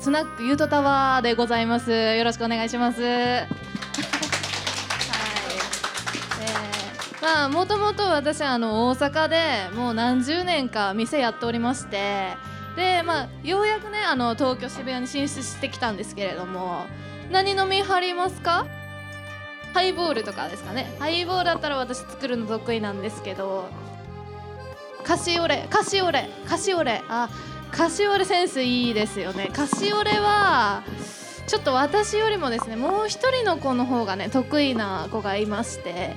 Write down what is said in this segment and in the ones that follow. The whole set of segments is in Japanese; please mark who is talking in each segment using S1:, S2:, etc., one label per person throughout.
S1: スナックユートタワーでございますよろしくお願いしますはい、えー、まあもともと私あの大阪でもう何十年か店やっておりましてでまあようやくねあの東京渋谷に進出してきたんですけれども何飲みはりますかハイボールとかですかねハイボールだったら私作るの得意なんですけどカシオレカシオレカシオレあカシオレセンスいいですよねカシオレはちょっと私よりもですねもう一人の子の方がね得意な子がいまして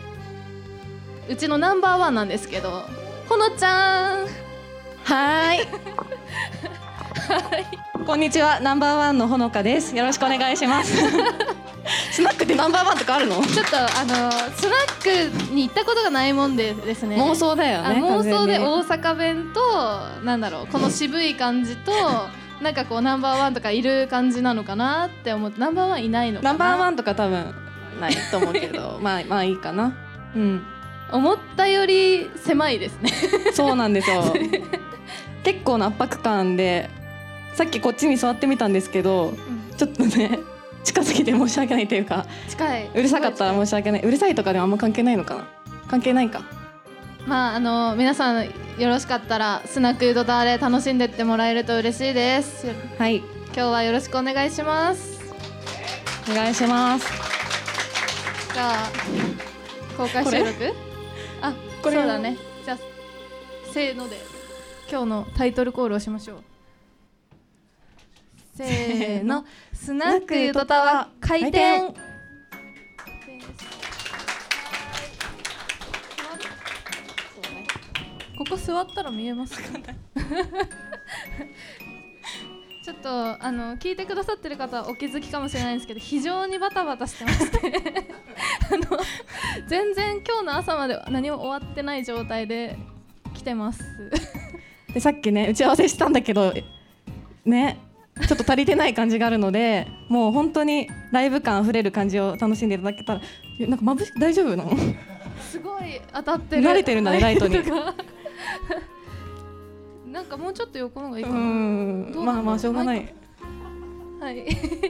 S1: うちのナンバーワンなんですけどほのちゃん
S2: はーい。 こんにちは、ナンバーワンのほのかです。よろしくお願いします。 スナックってナンバーワンとかあるの？
S1: ちょっとあのスナックに行ったことがないもんでですね
S2: 妄想だよ
S1: あ
S2: ね。
S1: 妄想で
S2: 完
S1: 大阪弁となんだろうこの渋い感じとなんかこうナンバーワンとかいる感じなのかなって思ってナンバーワンいないの
S2: 全にね
S1: かな
S2: ナンバーワンとか多分ないと思うけ ど、まあまあいいかな。 うん、
S1: 思ったより狭いですね
S2: そうなん ですよ。結構な圧迫感で、さっきこっちに座ってみたんですけど、ちょっとね。近すぎて申し訳ないというか
S1: 近いう
S2: るさかったら申し訳ないうるさいとかでもあんま関係ないのかな関係ないか
S1: まああの皆さんよろしかったらスナックドターで楽しんでってもらえると嬉しいです
S2: はい
S1: 今日はよろしくお願いします
S2: お願いします
S1: じゃあ公開収録あ
S2: これ
S1: そうだねじゃあせーので今日のタイトルコールをしましょうせーのスナックドタワー開店ここ座ったら見えますかちょっとあの聞いてくださってる方はお気づきかもしれないんですけど非常にバタバタしてましてあの全然今日の朝までは何も終わってない状態で来てます
S2: でさっきね打ち合わせしたんだけどねちょっと足りてない感じがあるのでもう本当にライブ感あふれる感じを楽しんでいただけたらえなんか眩し大丈夫なの
S1: すごい当たってる
S2: 慣れてるんだねライトに
S1: が なんかもうちょっと横の方がいいうかな、
S2: ん
S1: どうなの
S2: まあまあしょうがない
S1: はい。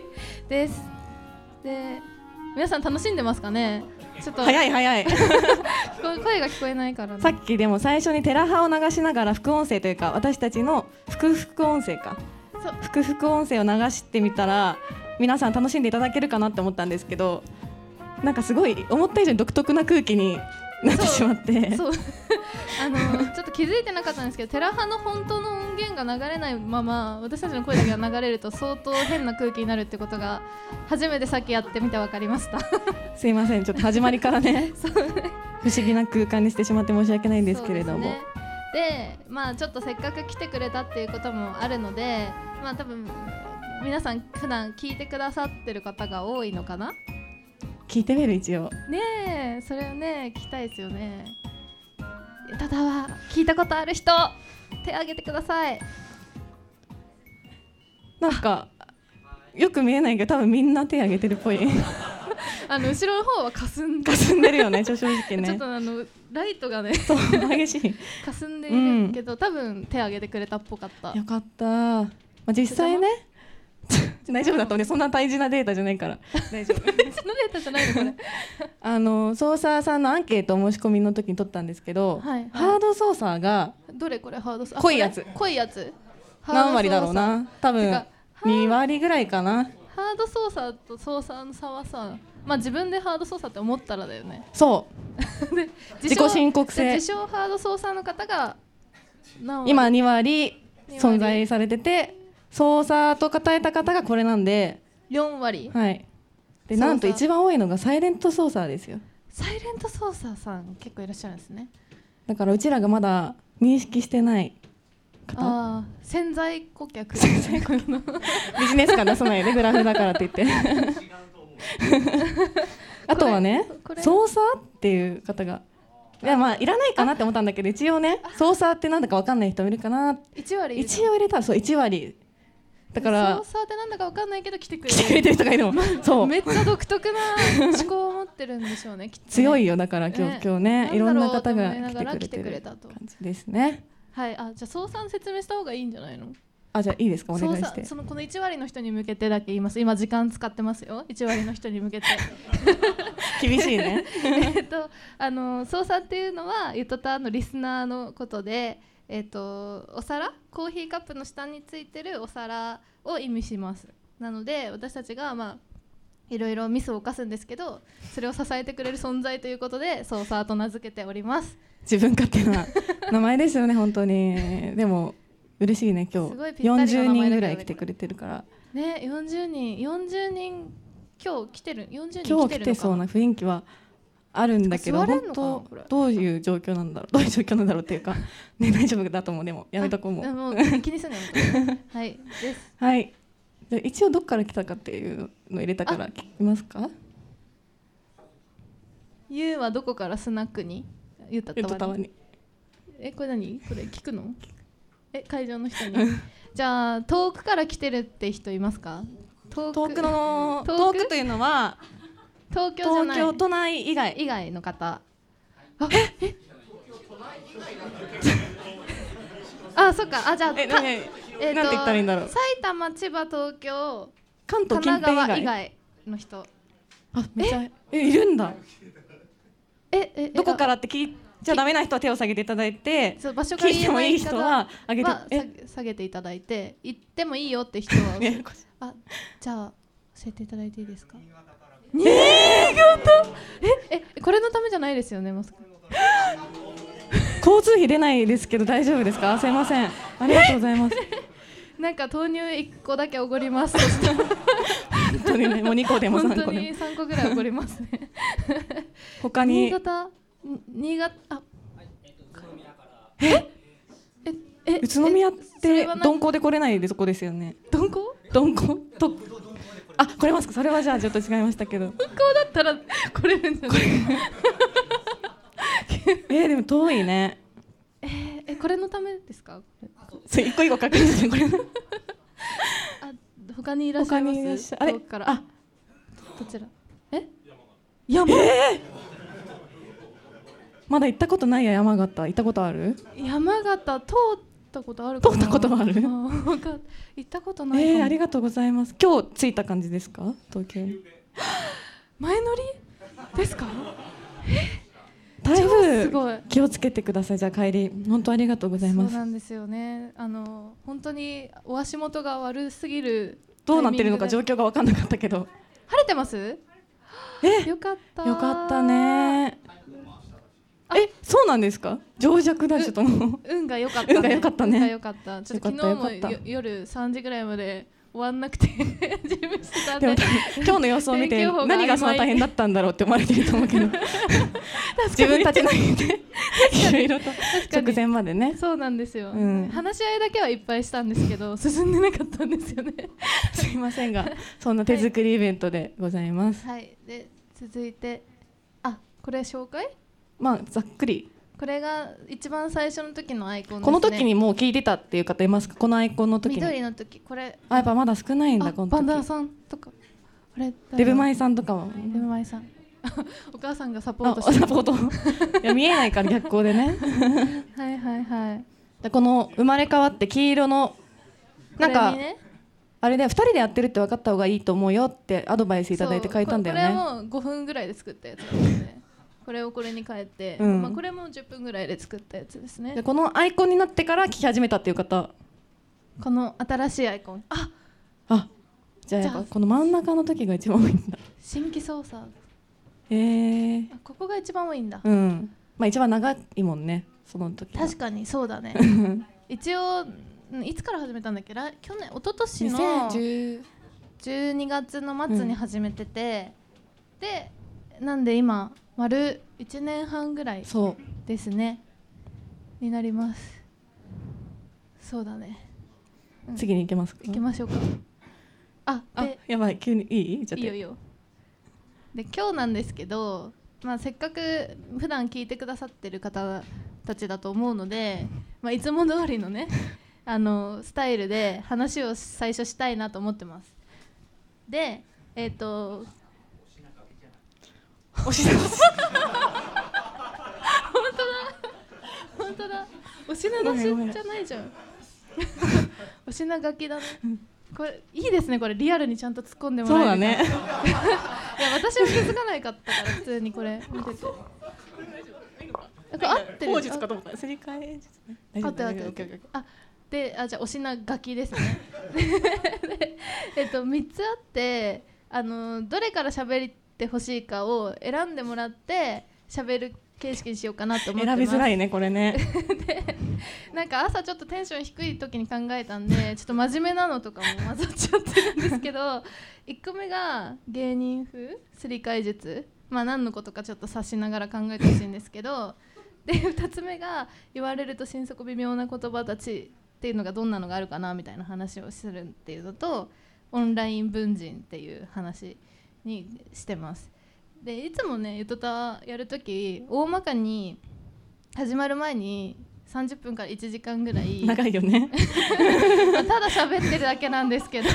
S1: です。で、皆さん楽しんでますかね。ちょっと
S2: 早い早い
S1: 聞こえ声が聞こえないから、ね。
S2: さっきでも最初にテラハを流しながら副音声というか私たちの副副音声か
S1: そう
S2: 副副音声を流してみたら皆さん楽しんでいただけるかなって思ったんですけどなんかすごい思った以上に独特な空気になってしまって
S1: そう あのちょっと気づいてなかったんですけどテラハの本当の音源が流れないまま私たちの声だけが流れると相当変な空気になるってことが初めてさっきやってみて分かりました
S2: すいませんちょっと始まりか らね不思議な空間にしてしまって申し訳ないんですけれども、
S1: そうですねでまあちょっとせっかく来てくれたっていうこともあるのでまあ多分皆さん普段聞いてくださってる方が多いのかな
S2: 聞いてみる一応
S1: ねえそれをね聞きたいですよねただは聞いたことある人手挙げてください
S2: なんかよく見えないけど多分みんな手挙げてるっぽい
S1: あの後ろの方は霞んで、
S2: 霞んでるよ ねちょ正直
S1: ちょっ
S2: ね
S1: とあのライトがね
S2: そう激しい
S1: 霞んでいるけど、多分手挙げてくれたっぽかった
S2: よかった、まあ、実際ね大丈夫だと思うねそんな大事なデータじゃないから大丈 夫
S1: そのデータじゃないのこれ
S2: あの操作さんのアンケートお申し込みの時に取ったんですけど、
S1: はいはい
S2: ハード操作が
S1: どれこれハードソー
S2: 濃いやつ
S1: 濃いやつ
S2: 何割だろうな多
S1: て
S2: 分
S1: か
S2: 2割ぐらいかな
S1: ハード操作と操作の差はさまあ自分でハード操作って思ったらだよね
S2: そう
S1: 自称
S2: 自己申告制
S1: 自称ハード操作の方が何割
S2: 今2割
S1: 2割
S2: 存在されてて操作と答えた方がこれなんで
S1: 4割
S2: はいで
S1: 操作
S2: なんと一番多いのがサイレント操作ですよ
S1: サイレント操作さん結構いらっしゃるんですね
S2: だからうちらがまだ認識してない方
S1: ああ潜在顧客
S2: ビジネス感出さないでグラフだからって言ってあとはね
S1: これ
S2: 操作っていう方がいやまあいらないかなって思ったんだけど一応ね操作ってなんだか分かんない人もいるかな
S1: 1割いる
S2: 一応入れたらそう1割だから
S1: 操作ってなんだかわかんないけど来てくれ
S2: 来てくれ
S1: る
S2: てる人がいるのそう
S1: めっちゃ独特な思考を持ってるんでしょ うねきっとね
S2: 強いよだから今日,、
S1: ね
S2: 今日ねいろんな方が
S1: なんだろうと思いながら
S2: 来てくれ
S1: 来て
S2: て
S1: くれ
S2: る
S1: た
S2: 感
S1: と
S2: じですね
S1: はいあじゃあ操作の説明した方がいいんじゃないの
S2: あじゃあいいですかお願い
S1: そ
S2: し
S1: うさ
S2: て
S1: そのこの1割の人に向けてだけ言います今時間使ってますよ1割の人に向けて
S2: 厳しいね
S1: えっとあの操作っていうのはゆとたのリスナーのことでえっとお皿コーヒーカップの下についてるお皿を意味しますなので私たちがまあいろいろミスを犯すんですけどそれを支えてくれる存在ということでソーサーと名付けております
S2: 自分勝手な名前ですよね本当にでも嬉しいね今日
S1: すごいぴったりの名前だけ
S2: 40
S1: どね
S2: 人ぐらい来てくれてるから
S1: ね40人40人今日来てる40人
S2: 今
S1: 来
S2: 日
S1: て
S2: 来
S1: るの
S2: て
S1: か
S2: そう
S1: な
S2: な雰囲気はあるんだけど
S1: 座れん
S2: 本
S1: のかな
S2: 当
S1: これ
S2: どういう状況なんだろうどういう状況なんだろうっていうか ね大丈夫だと思うでもやめとこうも
S1: あ
S2: う
S1: もう気に すんなよはいです
S2: はいじゃあ一応どっから来たかっていうの入れたから聞きますか
S1: ゆうはどこからスナックにゆうた
S2: えっと
S1: た
S2: た
S1: わ
S2: ま
S1: に
S2: に
S1: えこれ何これ聞くのえ会場の人 にじゃあ遠くから来てるって人いますか遠
S2: 遠くの
S1: 遠
S2: 遠
S1: く
S2: くというのは
S1: 東京じゃ
S2: 東
S1: ない
S2: 京都内以外
S1: 以外の方あえあそっかあじゃあ
S2: え
S1: か
S2: 何何
S1: えーと
S2: なんて言ったらいいんだろう
S1: 埼玉千葉東京
S2: 関
S1: 神
S2: 東近
S1: 奈川
S2: 辺
S1: 以
S2: 以外
S1: 外の人
S2: あめっちゃえいるんだ
S1: ええ
S2: どこかららって聞いちゃダメな人は手を下げていただいて
S1: そう場所から
S2: 聞
S1: 言
S2: い
S1: え
S2: ても
S1: ない
S2: い
S1: い
S2: い人は上げて
S1: は
S2: え
S1: 下げていただいて行ってもいいよって人 は
S2: ややこしい
S1: あじゃあ教えていただいていいですかええこれのためじゃないですよねまさか
S2: 交通費出ないですけど大丈夫ですかすいませんありがとうございます
S1: なんか豆乳1個だけおごりますとしても
S2: 本当にねもう2個でも
S1: 本
S2: 3
S1: 当
S2: 個でも
S1: に3個ぐらいおごります ね
S2: 他
S1: 新
S2: に
S1: 潟に新潟あええ
S2: 宇都宮っ
S1: それ
S2: て
S1: はな
S2: 鈍行で来れないでそこですよね
S1: 鈍行
S2: 鈍行とあこれますかそれはじゃあちょっと違いましたけど
S1: 鈍行だったら来れるんじゃない
S2: えー、でも遠いね
S1: えーえこれのためですか
S2: そう一個一個確認してこれ
S1: あ他にいらっしゃいま
S2: 他にいらっ
S1: す
S2: しゃあれ
S1: 遠くから
S2: あ
S1: どちらえ
S2: 山、えーまだ行ったことないや山形行ったことある
S1: 山形通ったことあるかな
S2: 通ったことはある
S1: ーわかん行ったことないかも、
S2: えー、ありがとうございます今日着いた感じですか東京に
S1: 前乗りですか
S2: 台
S1: 超すごい
S2: 風気をつけてくださいじゃあ帰り本当ありがとうございま
S1: そう
S2: す
S1: なんですよねあの本当にお足元が悪すぎる
S2: どうなってるのか
S1: タ
S2: 状
S1: イミングで
S2: 況が分かんなかったけど
S1: 晴れてます
S2: え
S1: よかった
S2: よかったねえそうなんですか情弱だちょっともう
S1: 運が良かったね
S2: 運が良かったね
S1: 運が良かったちょっと
S2: よ
S1: 昨
S2: か
S1: 日
S2: った
S1: も
S2: よかった
S1: よ夜3時ぐらいまで終わんなくて 準備してたん
S2: でも
S1: で
S2: 多分今日の様子を見
S1: 天気
S2: て
S1: 予報が
S2: 何がそんな大変だったんだろうって思われてると思うけ ど自分たちの意見でいろいろと
S1: かに
S2: 直前まで ね
S1: そうなんですよ、
S2: うん
S1: 話し合いだけはいっぱいしたんですけ ど進んでなかったんですよね
S2: すいませんがそんな手作りイベントでございます、
S1: はいで続いてあこれ紹介
S2: まあざっくり
S1: これが一番最初の時のアイコンですね
S2: この時にもう聞いてたっていう方いますかこのアイコンの時に
S1: 緑の時これ
S2: あやっぱまだ少ないん
S1: あ
S2: だこ
S1: バンダー
S2: の時
S1: さんとかあれ
S2: デブマ
S1: イ
S2: イさんとかは
S1: デブマイさん お母さんがサポー
S2: あ
S1: トして
S2: サポー トいや見えないから逆光でね
S1: はいはいはい
S2: でこの生まれ変わって黄色のなん
S1: これ
S2: か、
S1: にね
S2: あれだよ2人でやってるって分かった方がいいと思うよってアドバイスいただいて書いたんだよ
S1: そう
S2: ね
S1: これこれも5分ぐらいで作ったやつなんですねこれをこれに変えて、
S2: うん
S1: まあ、これも10分ぐらいで作ったやつですね
S2: でこのアイコンになってから聞き始めたっていう方
S1: この新しいアイコンあ
S2: あじゃあやっ
S1: じゃあ
S2: ぱこの真ん中の時が一番多いんだ
S1: 新規操作
S2: へえ
S1: あここが一番多いんだ、
S2: うんまあ一番長いもんねその時
S1: 確かにそうだね 一応うんいつから始めたんだっけ来去年一昨年の
S2: 2010
S1: 12月の末に始めてて、でなんで今丸1年半ぐらい
S2: そう
S1: ですねになりますそうだねうん
S2: 次に行けますか
S1: 行きましょうかあ
S2: あ
S1: で
S2: やばい急にいいちょっと
S1: いいよいいよで今日なんですけど、まあ、せっかく普段聞いてくださってる方たちだと思うので、まあ、いつも通りの ねあのスタイルで話を最初したいなと思ってますでえっ、と
S2: おしな
S1: 本当だ本当だお品出しじゃないじゃん推しな楽器だねこれいいですねこれリアルにちゃんと突っ込んでもら
S2: そう
S1: える
S2: だね
S1: いや私は気づかないかったから普通にこれ見ててなんか合ってる
S2: 口実かと思ったすり替え術ね大丈
S1: あ
S2: 夫
S1: ってあっ
S2: 大
S1: て
S2: 丈
S1: あっ
S2: 夫オッケ
S1: て
S2: ーオッケーオッケー
S1: あであじゃあ推しなガキです ねでえっと3つあってあのどれから喋ってほしいかを選んでもらって喋る形式にしようかなと思ってま
S2: 選
S1: す
S2: びづらいねこれね
S1: なんか朝ちょっとテンション低い時に考えたんでちょっと真面目なのとかも混ざっちゃってるんですけど1個目が芸人風すり替え術まあ何のことかちょっと察しながら考えてほしいんですけどで2つ目が言われると心底微妙な言葉たちっていうのがどんなのがあるかなみたいな話をするっていうのとオンライン文人っていう話にしてます。でいつもねゆとたやるとき大まかに始まる前に30分から1時間ぐらい、まあ、
S2: 長いよね
S1: ただ喋ってるだけなんですけど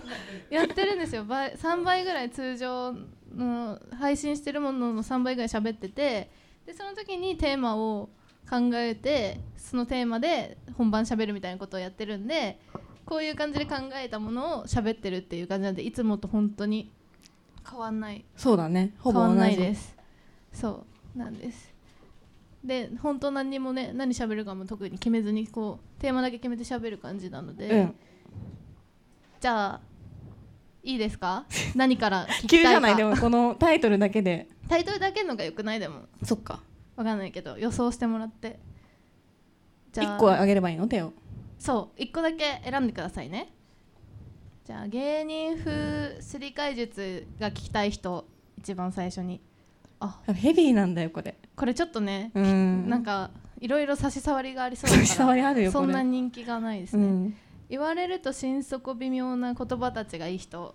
S1: やってるんですよ倍3倍ぐらい通常の配信してるものの3倍ぐらい喋っててでその時にテーマを考えてそのテーマで本番喋るみたいなことをやってるんでこういう感じで考えたものを喋ってるっていう感じなんでいつもと本当に変わんない
S2: そうだねほ
S1: 変
S2: ぼ
S1: わ
S2: 同
S1: ん
S2: じ
S1: ないですそうなんですで本当何にもね何喋るかも特に決めずにこうテーマだけ決めて喋る感じなので、
S2: うん
S1: じゃあいいです か何から聞
S2: 急
S1: き
S2: じ
S1: たい
S2: ゃ
S1: か
S2: ないでもこのタイトルだけで
S1: タイトルだけのがよくないでも
S2: そっか
S1: わかんないけど予想してもらってじゃあ
S2: 一個あげればいいの手を
S1: そう1個だけ選んでくださいねじゃあ芸人風すり替え術が聞きたい人一番最初にあ
S2: ヘビーなんだよこれ
S1: これちょっとね
S2: うん
S1: なんかいろいろ差し障りがありそうだから
S2: 差し障りあるよこ
S1: そん
S2: れ
S1: な人気がないです
S2: う
S1: ね、
S2: ん
S1: 言われると心底微妙な言葉たちがいい人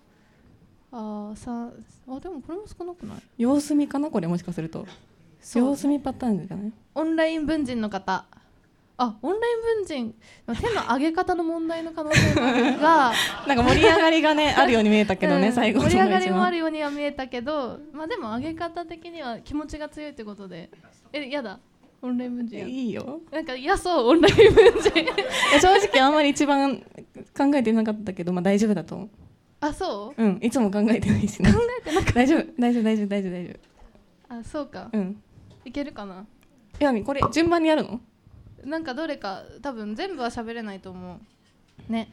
S1: あーさあでもこれも少なくない
S2: 様子見かなこれもしかすると
S1: そう
S2: 様子見パターンじゃない
S1: オンライン文人の方あオンライン文人手の上げ方の問題の可能性 が
S2: なんか盛り上がりがねあるように見えたけどね、
S1: うん
S2: 最後の
S1: 盛
S2: 一
S1: り上
S2: 番
S1: がりもあるようには見えたけどまあでも上げ方的には気持ちが強いってことでえやだオンライン文人やだ
S2: いいよ
S1: なんか嫌そうオンライン文人
S2: いや正直あんまり一番考えてなかったけどまあ大丈夫だと思
S1: あそう
S2: ううんいつも考えてな いしね
S1: 考えてなかっ
S2: 大丈夫大丈夫大丈夫大丈夫大丈
S1: たあそうか
S2: 夫うん
S1: いけるかな
S2: えなにこれ順番にやるの
S1: なんかどれか多分全部は喋れないと思うね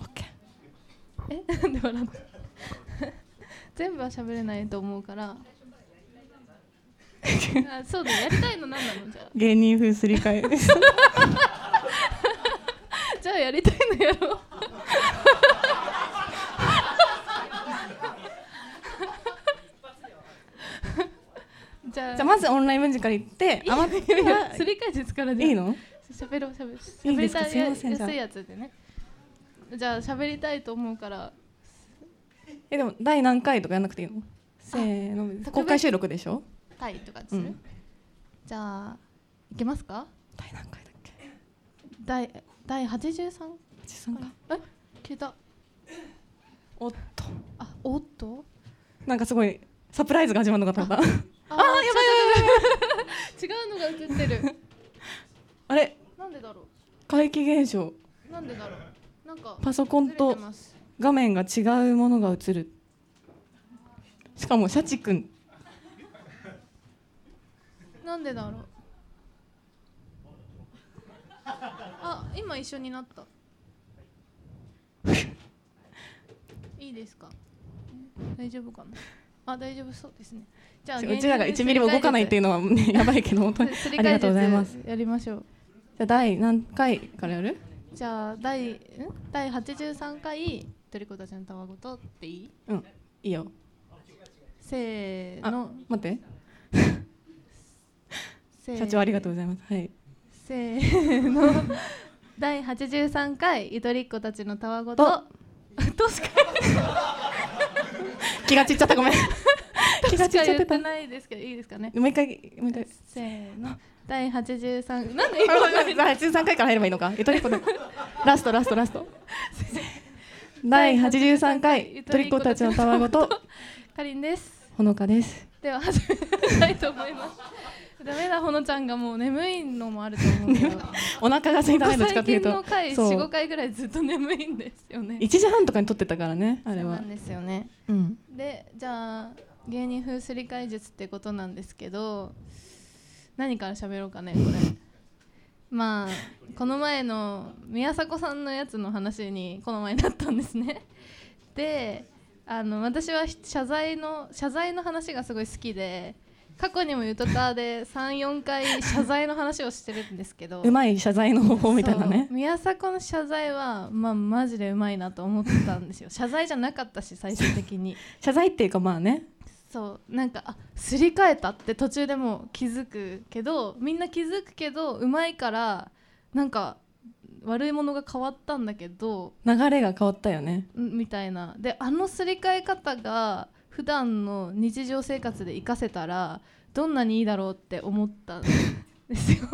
S2: オッケー
S1: え なんで笑った全部は喋れないと思うからあそうだやりたいの何なのじゃあ
S2: 芸人風すり替 えです
S1: じゃあやりたいのやろう じゃあ
S2: じゃあまずオンライン文字から行って余っ
S1: いやいや
S2: た
S1: すり替え術からじゃあ
S2: いいの
S1: 喋ろう喋ろう
S2: いい
S1: 喋
S2: で
S1: り
S2: すか
S1: たい
S2: すいませんじゃあ
S1: 安いやつでねじゃあ喋りたいと思うから
S2: えでも第何回とかやんなくていいのせー
S1: 別
S2: の公開収録でしょ
S1: タイとかにする、
S2: うん
S1: じゃあいけますか
S2: 第何回だっけ
S1: 第第83回
S2: 83か
S1: え消えた
S2: おっと
S1: あおっと
S2: なんかすごいサプライズが始まるのかと思った
S1: ああやばいやばい違うのが映ってる
S2: あれ
S1: なんでだろ
S2: 怪奇現象
S1: うなんでだろうなんか
S2: パソコン
S1: ずれ
S2: と
S1: てます
S2: 画面が違うものが映るしかもシャチくん
S1: なんでだろうあ今一緒になったいいですか大丈夫かなあ大丈夫そうですねじゃあ
S2: うちらが1ミリも動かないっていうのはねやばいけど本当に
S1: すり
S2: あり
S1: 替え
S2: がとうございます
S1: 術やりましょう
S2: じゃあ第何回からやる
S1: じゃあ第ん第83回「トリコたちのたわごと」っていい
S2: うんいいよ
S1: せー
S2: あ
S1: の
S2: 待って
S1: せー
S2: 社長ありがとうございますはい
S1: せーの第83回「ゆとりっ子たちのたわごと」と しか
S2: 気が散っちゃった ごめん
S1: し
S2: 気が散
S1: か
S2: っちゃっ
S1: 言
S2: て
S1: って
S2: たも
S1: ないですけどいいですかね
S2: う一回も う一回
S1: せーの第83なんで今
S2: あごめんなさい83回から入ればいいのかゆとりっ子でラストラストラス ト第83回ゆとりっ子たちのたわごと
S1: かりんです
S2: ほのかです
S1: では始めたいと思いますダメだほのちゃんがもう眠いのもあると思うけど
S2: お腹が空いたねどっちか
S1: 最
S2: っていう
S1: 近の
S2: と
S1: 回
S2: そう
S1: 45回ぐらいずっと眠いんですよね
S2: 1時半とかに撮ってたからねあれ
S1: そう
S2: は
S1: なんですよね
S2: うん
S1: でじゃあ芸人風すり替え術ってことなんですけど何から喋ろうかねこれ まあこの前の宮迫さんのやつの話にこの前なったんですね であの私は謝罪の謝罪の話がすごい好きで過去にも「ゆとたわ」で34回謝罪の話をしてるんですけ ど
S2: うまい謝罪の方法みたいなね
S1: そう宮迫の謝罪は、まあ、マジでうまいなと思ってたんですよ謝罪じゃなかったし最終的に
S2: 謝罪っていうかまあね
S1: そうなんかあすり替えたって途中でもう気づくけどみんな気づくけどうまいからなんか悪いものが変わったんだけど
S2: 流れが変わったよね
S1: んみたいなであのすり替え方が普段の日常生活で活かせたらどんなにいいだろうって思ったんですよ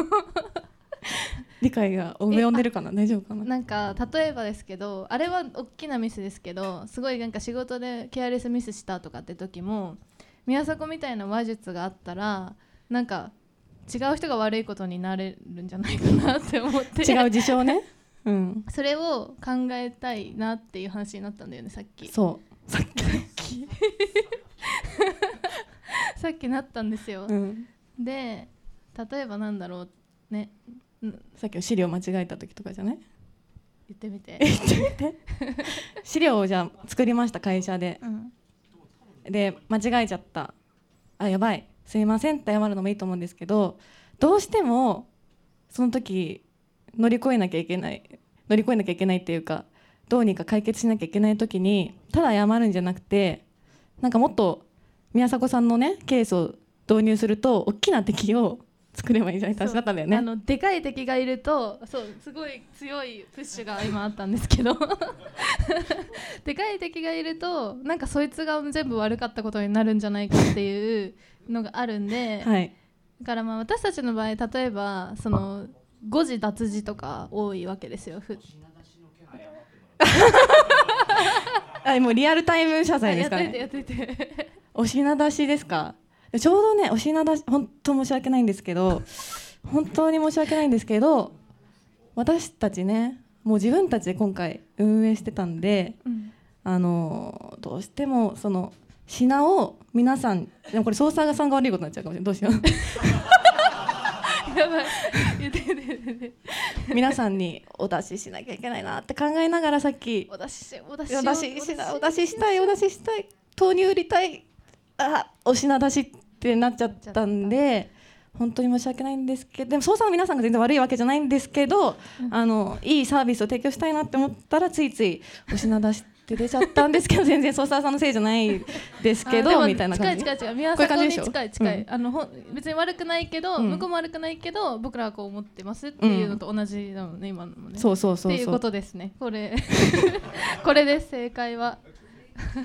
S2: 理解が及んでるかな大丈夫かな
S1: なんか例えばですけどあれは大きなミスですけどすごいなんか仕事でケアレスミスしたとかって時も宮迫みたいな話術があったらなんか違う人が悪いことになれるんじゃないかなって思って
S2: 違う事象ね うん
S1: それを考えたいなっていう話になったんだよねさっき
S2: そうさっき、
S1: さっきなったんですよ、
S2: うん、
S1: で例えばなんだろうね
S2: さっきの資料間違えた時とかじゃない
S1: 言ってみて、
S2: えちょっと待って 資料をじゃあ作りました会社で
S1: うん、
S2: で間違えちゃったあやばいすいませんって謝るのもいいと思うんですけどどうしてもその時乗り越えなきゃいけない乗り越えなきゃいけないっていうかどうにか解決しなきゃいけない時にただ謝るんじゃなくてなんかもっと宮迫さんのねケースを導入すると大きな敵を作ればいいんじゃないって話だったんだよね
S1: あのでかい敵がいるとそうすごい強いプッシュが今あったんですけ どでかい敵がいるとなんかそいつが全部悪かったことになるんじゃないかっていうのがあるんで、
S2: はい
S1: だからまあ私たちの場合例えばその誤字脱字とか多いわけですよ。ふ
S2: あもうリアルタイム謝罪です
S1: あ
S2: かね
S1: やっといてやっといて
S2: お品出しですかちょうどねお品出し本当申し訳ないんですけど本当に申し訳ないんですけど私たちねもう自分たちで今回運営してたんで
S1: うん
S2: あのどうしてもその品を皆さんでもこれ操作さんが悪いことになっちゃうかもしれないどうしよう
S1: やばい言って言って言って
S2: 皆さんにお出ししなきゃいけないなって考えながらさっき
S1: お出ししお出し
S2: お出ししなお出し
S1: し
S2: したいお出ししたい豆乳売りたいあお品出しってなっちゃったんで本当に申し訳ないんですけどでも捜査の皆さんが全然悪いわけじゃないんですけど、あのいいサービスを提供したいなって思ったらついついお品出しって出ちゃったんで すけど全然捜査さんのせいじゃないですけ
S1: あーで
S2: ど
S1: も
S2: みたいな感じ
S1: 近い近い近い宮
S2: こういう感
S1: 迫
S2: じ
S1: に
S2: でしょ
S1: 近い近い、
S2: うん
S1: あのほん別に悪くないけど、
S2: うん
S1: 向こうも悪くないけど僕らはこう思ってますっていうのと同じなのね、今のもね
S2: そううそうそうそう
S1: っていうことですねこれ これです正解は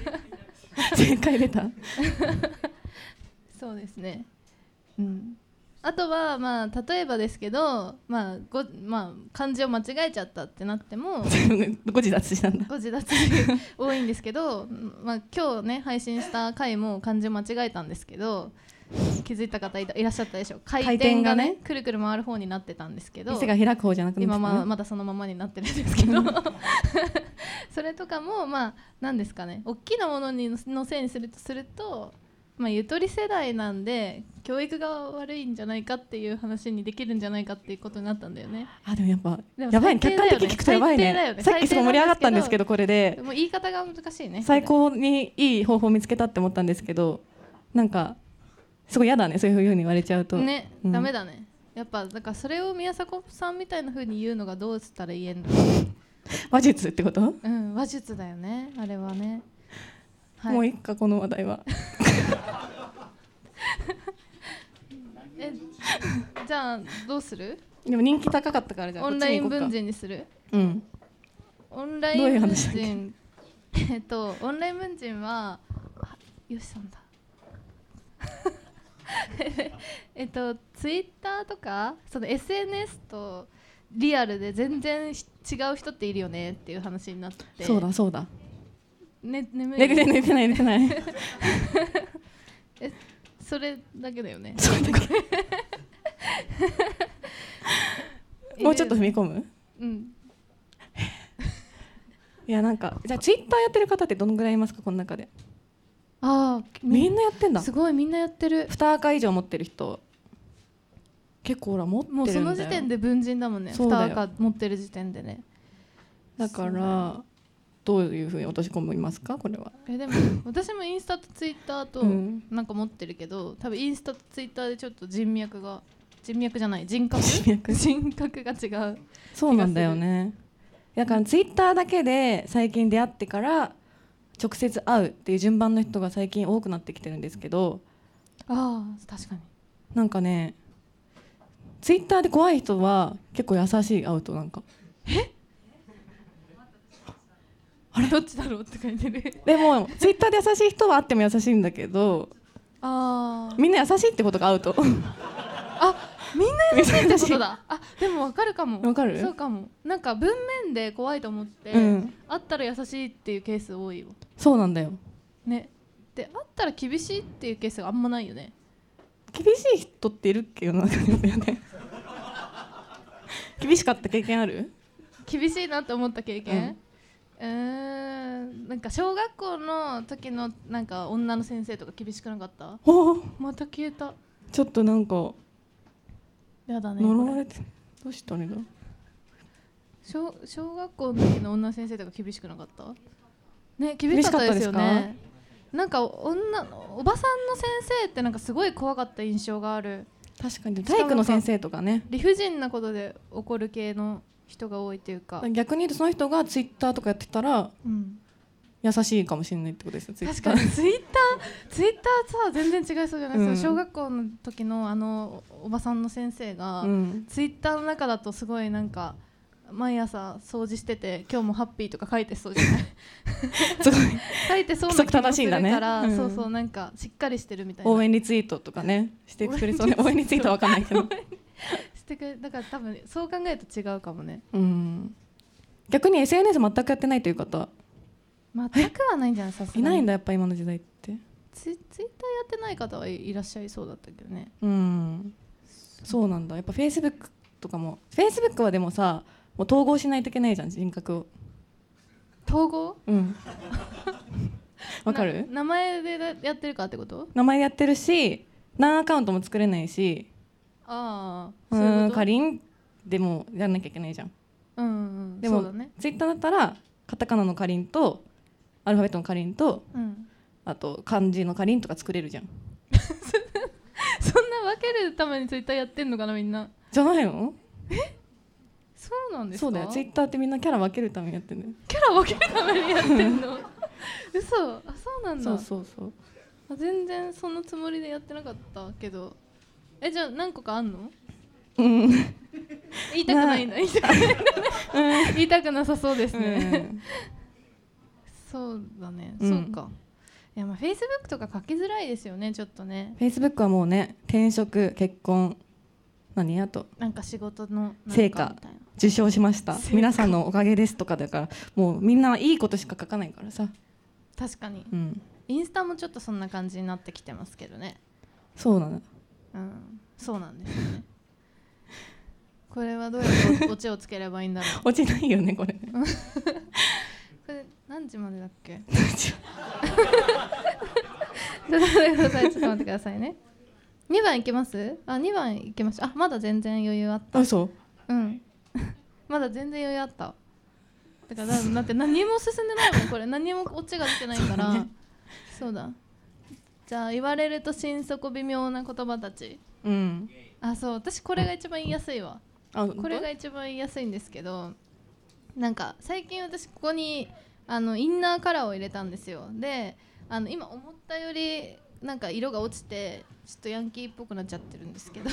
S2: 前回出た
S1: そうですねうんあとはまあ例えばですけどまあごまあ漢字を間違えちゃったってなっても
S2: ご自立したんだ
S1: ご自立多いんですけど、 まあ、今日ね配信した回も漢字間違えたんですけど気づいた方いたいらっしゃったでしょう回転がね
S2: 回転がね
S1: くるくる回る方になってたんですけど
S2: 店が開く方じゃなくなって
S1: 今
S2: たね
S1: まあまだそのままになってるんですけ どそれとかもまあ何ですかね大きなものにのせいにするとすると、まあ、ゆとり世代なんで教育が悪いんじゃないかっていう話にできるんじゃないかっていうことになったんだよね。
S2: あでもやっぱ
S1: でも
S2: やばいね
S1: 最低
S2: 客観
S1: だよね
S2: 的に聞くとやば
S1: 最
S2: い
S1: 低だよ
S2: ね
S1: ね
S2: さっきすごい盛り上がったんですけどこれで
S1: もう言い方が難しいね
S2: 最高にいい方法見つけたって思ったんですけどなんかすごい嫌だねそういうふうに言われちゃうと、
S1: ね、
S2: うん
S1: ダメだねやっぱだからそれを宮迫さんみたいな風に言うのがどうしたら言えんの
S2: 話術ってこと、
S1: うん話術だよねあれはねはい
S2: もういいかこの話題は
S1: えじゃあどうする
S2: でも人気高かったからじゃあ
S1: オンライン
S2: こっちに行
S1: 文
S2: こ
S1: 人にする
S2: うかうん
S1: オンライ
S2: どういう
S1: ン文
S2: 話だっけ
S1: 人えっとオンライン文人はあよしさ んだえっとツイッターとかその SNS とリアルで全然し違う人っているよねっていう話になって
S2: そうだそうだ
S1: ね眠い
S2: 寝てない寝てない寝てない
S1: えそれだけだよね
S2: それだけ もうちょっと踏み込む
S1: うん
S2: いやなんかじゃあツイッターやってる方ってどのぐらいいますかこの中で
S1: ああ
S2: みんなやってんだ
S1: すごいみんなやってる
S2: 2赤以上持ってる人結構ほら持ってるんだ
S1: もう
S2: よ
S1: その時点で文人だもんね
S2: そう
S1: 蓋
S2: だよ
S1: 赤持ってる時点でね
S2: だからどういうふうに落とし込みますかこれは
S1: え でも私もインスタとツイッターと
S2: うん
S1: なんか持ってるけど多分インスタとツイッターでちょっと人脈が人脈じゃない人格
S2: 人脈
S1: 人格が違う
S2: そうなんだよねだからツイッターだけで最近出会ってから直接会うっていう順番の人が最近多くなってきてるんですけど
S1: ああ確かに
S2: なんかねツイッターで怖い人は結構優しい会うとなんか
S1: あれどっちだろうって書いてる
S2: でもツイッターで優しい人は会っても優しいんだけど
S1: ああ
S2: みんな優しいってことが会う と
S1: あみんな優しいってことだあでもわかるかも
S2: わかる
S1: そうかもなんか文面で怖いと思って、
S2: うん
S1: あったら優しいっていうケース多いよ
S2: そうなんだよ
S1: ねであったら厳しいっていうケースがあんまないよね
S2: 厳しい人っているっけ世の中にはね 厳しかった経験ある
S1: 厳しいなって思った経験うーんなんか小学校の時のなんか女の先生とか厳しくなかった
S2: おー
S1: また消えた
S2: ちょっとなんか
S1: やだね
S2: 呪わ
S1: こ
S2: れてどうしたあれだ
S1: 小小学校の時の女の先生とか厳しくなかったね厳しかったですよ
S2: 厳しかったで
S1: ねなんか女のおばさんの先生ってなんかすごい怖かった印象がある
S2: 確かに体育の先生とかね
S1: 理不尽なことで怒る系の人が多いというか、
S2: 逆に言うとその人がツイッターとかやってたら
S1: うん、
S2: 優しいかもしれないってことですよツイ
S1: 確
S2: ッタ
S1: か
S2: ー
S1: にツイッターツイッターさ全然違いそうじゃない、
S2: うん
S1: その小学校の時のあのおばさんの先生が、
S2: うん、
S1: ツイッターの中だとすごいなんか毎朝掃除してて今日もハッピーとか書いてそうじゃない
S2: すごい
S1: 書いてそうな気も
S2: 規則正
S1: す
S2: しい
S1: る
S2: ん
S1: か
S2: だね
S1: ら、
S2: うん
S1: そうそうなんかしっかりしてるみたいな
S2: 応援リツイートとかねしてくれそうね応援リツイートは分かんないけど、
S1: してくれだから多分そう考えると違うかもね
S2: うん、逆に SNS 全くやってないという方
S1: 全くはないんじゃないさすが
S2: い
S1: に
S2: ないんだやっぱ今の時代って
S1: ツイツイッターやってない方はいいらっしゃいそうだったけどね
S2: うんそうなんだやっぱ Facebook とかも Facebook はでもさもう統合しないといけないじゃん人格を
S1: 統合
S2: うん わかる
S1: な名前でだやってるかってこと
S2: 名前でやってるし何アカウントも作れないし
S1: ああ
S2: う
S1: そうい
S2: ー
S1: うんこと
S2: かりんでもやんなきゃいけないじゃん
S1: うんうん
S2: でも
S1: そうだね
S2: ツイッターだったらカタカナのかりんとアルファベットのかりんと
S1: うん
S2: あと漢字のかりんとか作れるじゃん
S1: そんな分けるためにツイッターやってんのかなみんな
S2: じゃないの
S1: そうなんですか
S2: そうだよツイッターってみんなキャラ分けるためにやってるんだよ
S1: キャラ分けるためにやってん の嘘あそうなんだ
S2: そうそうそう
S1: あ全然そのつもりでやってなかったけどえじゃあ何個かあんの
S2: うん、うん、
S1: 言いたくないな言いたくない 言いたくなさそうですね、そうだね、
S2: うん
S1: そうかいやまあフェイスブックとか書きづらいですよねちょっとね
S2: Facebook はもうね転職結婚何あと
S1: なんか仕事のなん
S2: 成果
S1: みたいな
S2: 受賞しました
S1: 成果
S2: 皆さんのおかげですとかだからもうみんないいことしか書かないからさ
S1: 確かに
S2: うん
S1: インスタもちょっとそんな感じになってきてますけどね
S2: そうなの
S1: うんそうなんですよ ねこれはどうやって オオチをつければいいんだろう
S2: 落ちないよねこれ ね
S1: これ何時までだっけちょっと待ってくださいちょっと待ってくださいね2番いきますあ2番いきましょうあまだ全然余裕あっ
S2: あそう
S1: たうんまだ全然余裕あっただからだだって何も進んでないもんこれ何もオチが出てないからそう,、だじゃあ言われると心底微妙な言葉たち
S2: うん
S1: あそう私これが一番言いやすいわ
S2: あ
S1: これが一番言いやすいんですけどなんか最近私ここにあのインナーカラーを入れたんですよであの今思ったよりなんか色が落ちてちょっとヤンキーっぽくなっちゃってるんですけ ど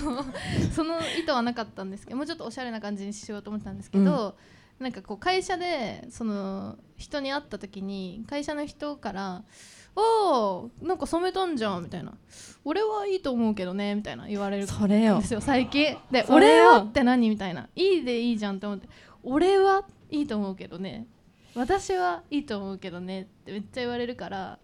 S1: その意図はなかったんですけどもうちょっとおしゃれな感じにしようと思ってたんですけど、なんかこう会社でその人に会った時に会社の人から「おーなんか染めたんじゃん」みたいな「俺はいいと思うけどね」みたいな言われる
S2: それ
S1: ん
S2: よ
S1: ですよ最近で「
S2: それ
S1: 俺
S2: よ
S1: は」って何みたいな「いいでいいじゃん」って思って「俺はいいと思うけどね私はいいと思うけどね」ってめっちゃ言われるから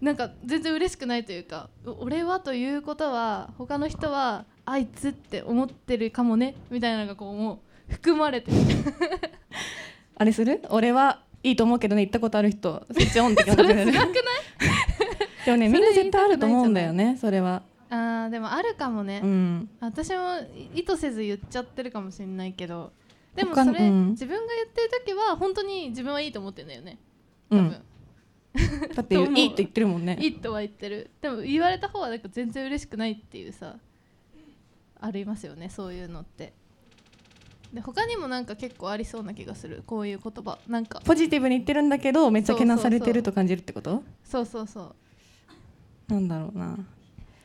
S1: なんか全然嬉しくないというかお俺はということは他の人はあいつって思ってるかもねみたいなのがこうもう含まれてる
S2: あれする俺はいいと思うけどね行ったことある人スイッチオンって感
S1: そ
S2: じ
S1: れ
S2: で
S1: すごくない
S2: でもね
S1: それ
S2: みんな絶対あると思うんだよねそれは
S1: あーでもあるかもね、
S2: うん
S1: 私も意図せず言っちゃってるかもしれないけどでも
S2: 他
S1: そ
S2: の
S1: れ、
S2: うん
S1: 自分が言ってる時は本当に自分はいいと思ってんだよね多
S2: う
S1: 分、
S2: んだってい
S1: と思う
S2: いって言ってるもんね
S1: いいとは言ってるでも言われた方はなんか全然嬉しくないっていうさありますよねそういうのってで他にもなんか結構ありそうな気がするこういう言葉なんか
S2: ポジティブに言ってるんだけどめっちゃけなされてると感じるってこと
S1: そうそうそう
S2: なんだろうな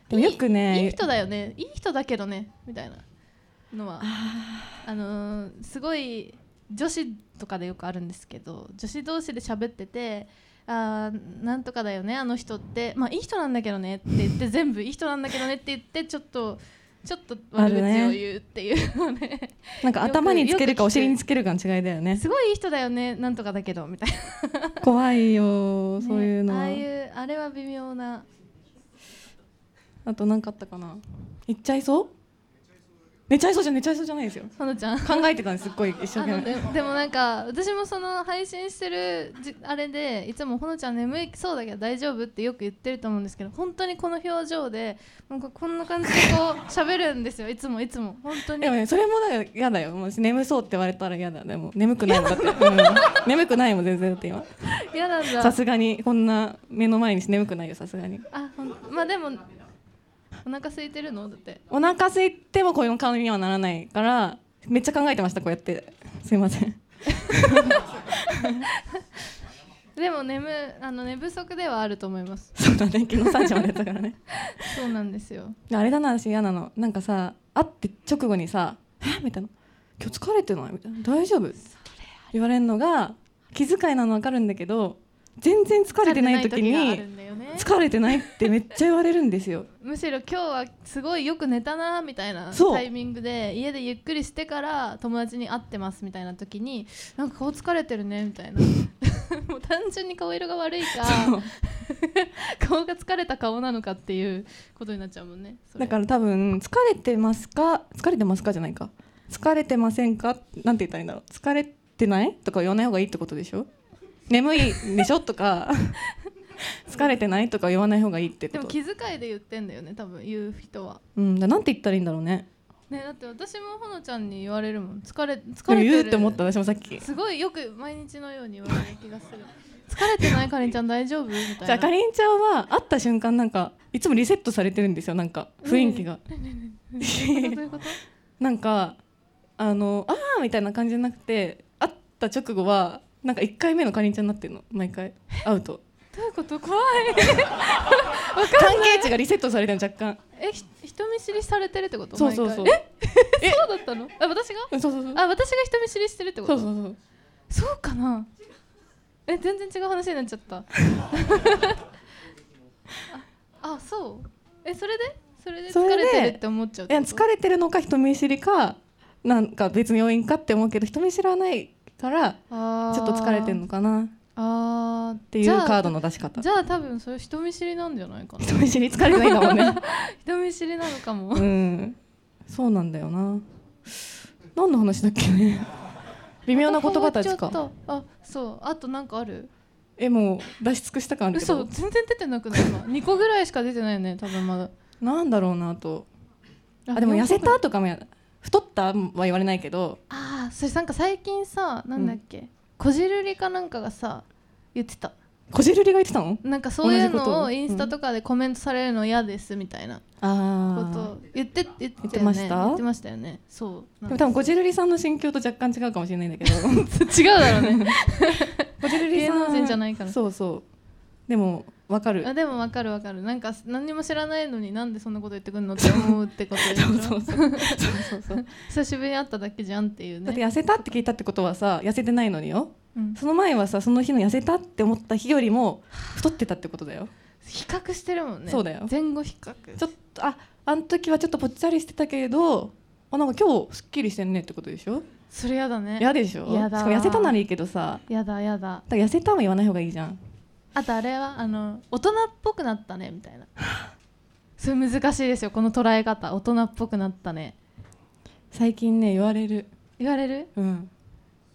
S2: でもよく
S1: いいいい
S2: ね
S1: 人だよねいい人だけどねみたいなのは
S2: あ
S1: あのーすごい女子とかでよくあるんですけど女子同士で喋ってて「あーなんとかだよねあの人ってまあいい人なんだけどね」って言 って全部「いい人なんだけどね」って言ってちょっとちょっと悪口を言うっていうのね
S2: ーなんか頭につ
S1: よ
S2: けるか
S1: くよく聞く
S2: お尻につけるかの違いだよね
S1: すごいいい人だよねなんとかだけどみたいな、
S2: 怖いよそういうの
S1: ねあ
S2: は
S1: あいうあれは微妙な
S2: あと何かあったかな行っちゃいそう寝ちゃいそうじゃ寝ちゃいそうじゃないですよ
S1: ほのちゃん
S2: 考えてたんですすっごい一生
S1: あ
S2: 懸
S1: の
S2: 命
S1: ででもなんか私もその配信してるじあれでいつもほのちゃん眠いそうだけど大丈夫ってよく言ってると思うんですけど本当にこの表情でなんかこんな感じでこ う喋るんですよいつもいつも本当に
S2: でもねそれもだから嫌だよもう眠そうって言われたら嫌だでも眠くない もんだって、うん眠くないもん全然だって今
S1: 嫌なん
S2: さ
S1: だ
S2: すがにこんな目の前にして眠くないよさすがに
S1: あほんまあでもお腹空いてるのだって
S2: お腹空いてもこういう顔にはならないからめっちゃ考えてましたこうやってすいません
S1: でも眠あの寝不足ではあると思います
S2: そうだね昨日3時までやったからね
S1: そうなんですよ
S2: あれだな私嫌なのなんかさ会って直後にさ「えみたいな「今日疲れてない?」みたいな「大丈夫?」言われるのが気遣いなの分かるんだけど全然疲れてない
S1: 疲
S2: 時
S1: れてない時がある
S2: に
S1: んだよね
S2: 「疲れてない?」ってめっちゃ言われるんで すよ
S1: むしろ今日はすごいよく寝たなみたいな
S2: そう
S1: タイミングで家でゆっくりしてから友達に会ってますみたいな時になんか顔疲れてるねみたいな もう単純に顔色が悪い
S2: そう
S1: か顔が疲れた顔なのかっていうことになっちゃうもんねそれ
S2: だから多分「疲れてますか?」「疲れてますか?」じゃないか「疲れてませんか?」なんて言ったらいいんだろう「疲れてない?」とか言わない方がいいってことでしょ眠いでしょとか「疲れてない?」とか言わない方がいいって
S1: で
S2: こ
S1: も
S2: と
S1: 気遣いで言ってんだよね多分言う人は、
S2: うんだなんて言ったらいいんだろうね
S1: ね、だって私もほのちゃんに言われるもん疲れ疲れてる
S2: でも言うって思った私もさっき
S1: すごいよく毎日のように言われる気がする疲れてないかりんちゃん大丈夫みたいな
S2: じゃあかりんちゃんは会った瞬間なんかいつもリセットされてるんですよなんか雰囲気が、
S1: どういうことどういうこと
S2: なんかあの「ああ」みたいな感じじゃなくて会った直後はなんか1回目のかりんちゃんになってるの毎回会 うと
S1: どういうこと怖い
S2: 関係値がリセットされてるの若干
S1: えひ人見知りされてるってこと
S2: そうそうそう
S1: 毎回えそうだったのあ私が
S2: うんそうそうそう
S1: あ私が人見知りしてるってこ
S2: そ
S1: と
S2: うそうそう
S1: そうかなえ全然違う話になっちゃった ああそうえそれでそれで
S2: そ
S1: 疲
S2: れで
S1: れてるって思っちゃうっ
S2: いや
S1: てこと
S2: 疲れてるのか人見知りかなんか別の要因かって思うけど人見知らないから
S1: あー
S2: ちょっと疲れてるのかなっ
S1: あーって
S2: いうカードの出し方
S1: じゃあじゃあ多分それ人見知りなんじゃないか な
S2: 人見知り疲れてないんだもんね
S1: 人見知りなのかも
S2: うん、そうなんだよな。何の話だっけね。微妙な言葉たち
S1: 変
S2: か。
S1: わっちゃったあそうあとなんかある
S2: え、もう出し尽くした感あるけ
S1: 嘘
S2: ど。
S1: 全然出てなくない今2個ぐらいしか出てないよね多分まだ
S2: なんだろうなと。 あ、でも痩せたとかもや。太ったは言われないけど。
S1: ああそれなんか最近さなんだっけ、こじるりかなんかがさ言ってた
S2: こじるりが言ってたの。
S1: なんかそういう
S2: 同じこと
S1: の
S2: を
S1: をインスタとかでコメントされるの嫌ですみたいなこ
S2: あ
S1: と言って言って言
S2: 言っ
S1: ってて
S2: ました
S1: 言ってましたよねそう
S2: あ。でも多分こじるりさんの心境と若干違う かもしれないんだけど。
S1: 違うだろう ね
S2: こじるりさん。
S1: 芸能人じゃないから
S2: そうそう。でも、わかる
S1: あ。でもわかるわかるなんか何にも知らないのになんでそんなこと言ってくんのって思うってことでしょ
S2: そうそうそう。そうそうそう。
S1: 久しぶりに会っただけじゃんっていう
S2: だって
S1: ね
S2: 痩せたって聞いたってことはさ、痩せてないのによ。
S1: うん
S2: その前はさその日の痩せたって思った日よりも太ってたってことだよ
S1: 比較してるもんね
S2: そうだよ
S1: 前後比較
S2: ちょっとああの時はちょっとぽっちゃりしてたけれどあなんか今日すっきりしてんねってことでしょ
S1: それやだね
S2: 嫌でしょ
S1: 嫌だ
S2: しかも痩せたならいいけどさ
S1: やだやだ
S2: だから痩せたも言わない方がいいじゃん
S1: あとあれはあの大人っぽくなったねみたい なそれ難しいですよこの捉え方大人っぽくなったね
S2: 最近ね言われる
S1: 言われる
S2: うん